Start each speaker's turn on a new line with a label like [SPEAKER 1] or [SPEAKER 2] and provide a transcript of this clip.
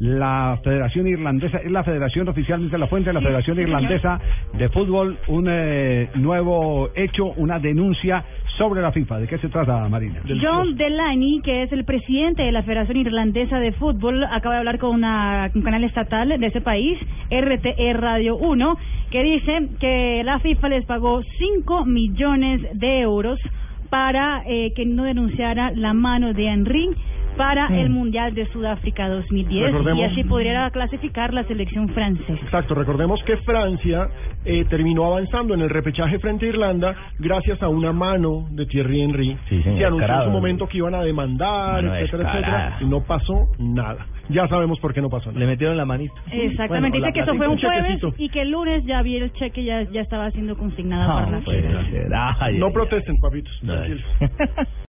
[SPEAKER 1] La Federación Irlandesa es la federación oficialmente la fuente de la Federación Irlandesa de Fútbol, un eh, nuevo hecho, una denuncia sobre la FIFA. ¿De qué se trata, Marina?
[SPEAKER 2] John Delaney, que es el presidente de la Federación Irlandesa de Fútbol, acaba de hablar con una- un canal estatal de ese país, RTE Radio 1, que dice que la FIFA les pagó 5 millones de euros para eh, que no denunciara la mano de Henry para el
[SPEAKER 3] Mm.
[SPEAKER 2] Mundial de Sudáfrica 2010 y
[SPEAKER 4] Recordemos-
[SPEAKER 2] así pudiera clasificar la selección francesa.
[SPEAKER 4] Exacto, recordemos que Francia eh, terminó avanzando en el repechaje frente a Irlanda gracias a una mano de Thierry Henry.
[SPEAKER 3] Sí, señor,
[SPEAKER 4] Se anunció en
[SPEAKER 3] descarado.
[SPEAKER 4] su momento que iban a demandar,
[SPEAKER 3] Mano
[SPEAKER 4] etcétera,
[SPEAKER 3] descarada.
[SPEAKER 4] etcétera, y no pasó nada. Ya sabemos por qué no pasó
[SPEAKER 3] Le
[SPEAKER 4] nada.
[SPEAKER 3] metieron la manito.
[SPEAKER 2] Exactamente,
[SPEAKER 3] Bueno,
[SPEAKER 2] dice que
[SPEAKER 3] la
[SPEAKER 2] eso fue un
[SPEAKER 3] platica,
[SPEAKER 2] jueves
[SPEAKER 3] chequecito.
[SPEAKER 2] y que el lunes ya vi el cheque ya, ya estaba siendo consignada para
[SPEAKER 3] Ah,
[SPEAKER 2] la
[SPEAKER 3] puede ser. Ay, ay,
[SPEAKER 4] No
[SPEAKER 3] ay.
[SPEAKER 4] protesten, papitos.
[SPEAKER 3] No,
[SPEAKER 4] tranquilos.
[SPEAKER 3] ay.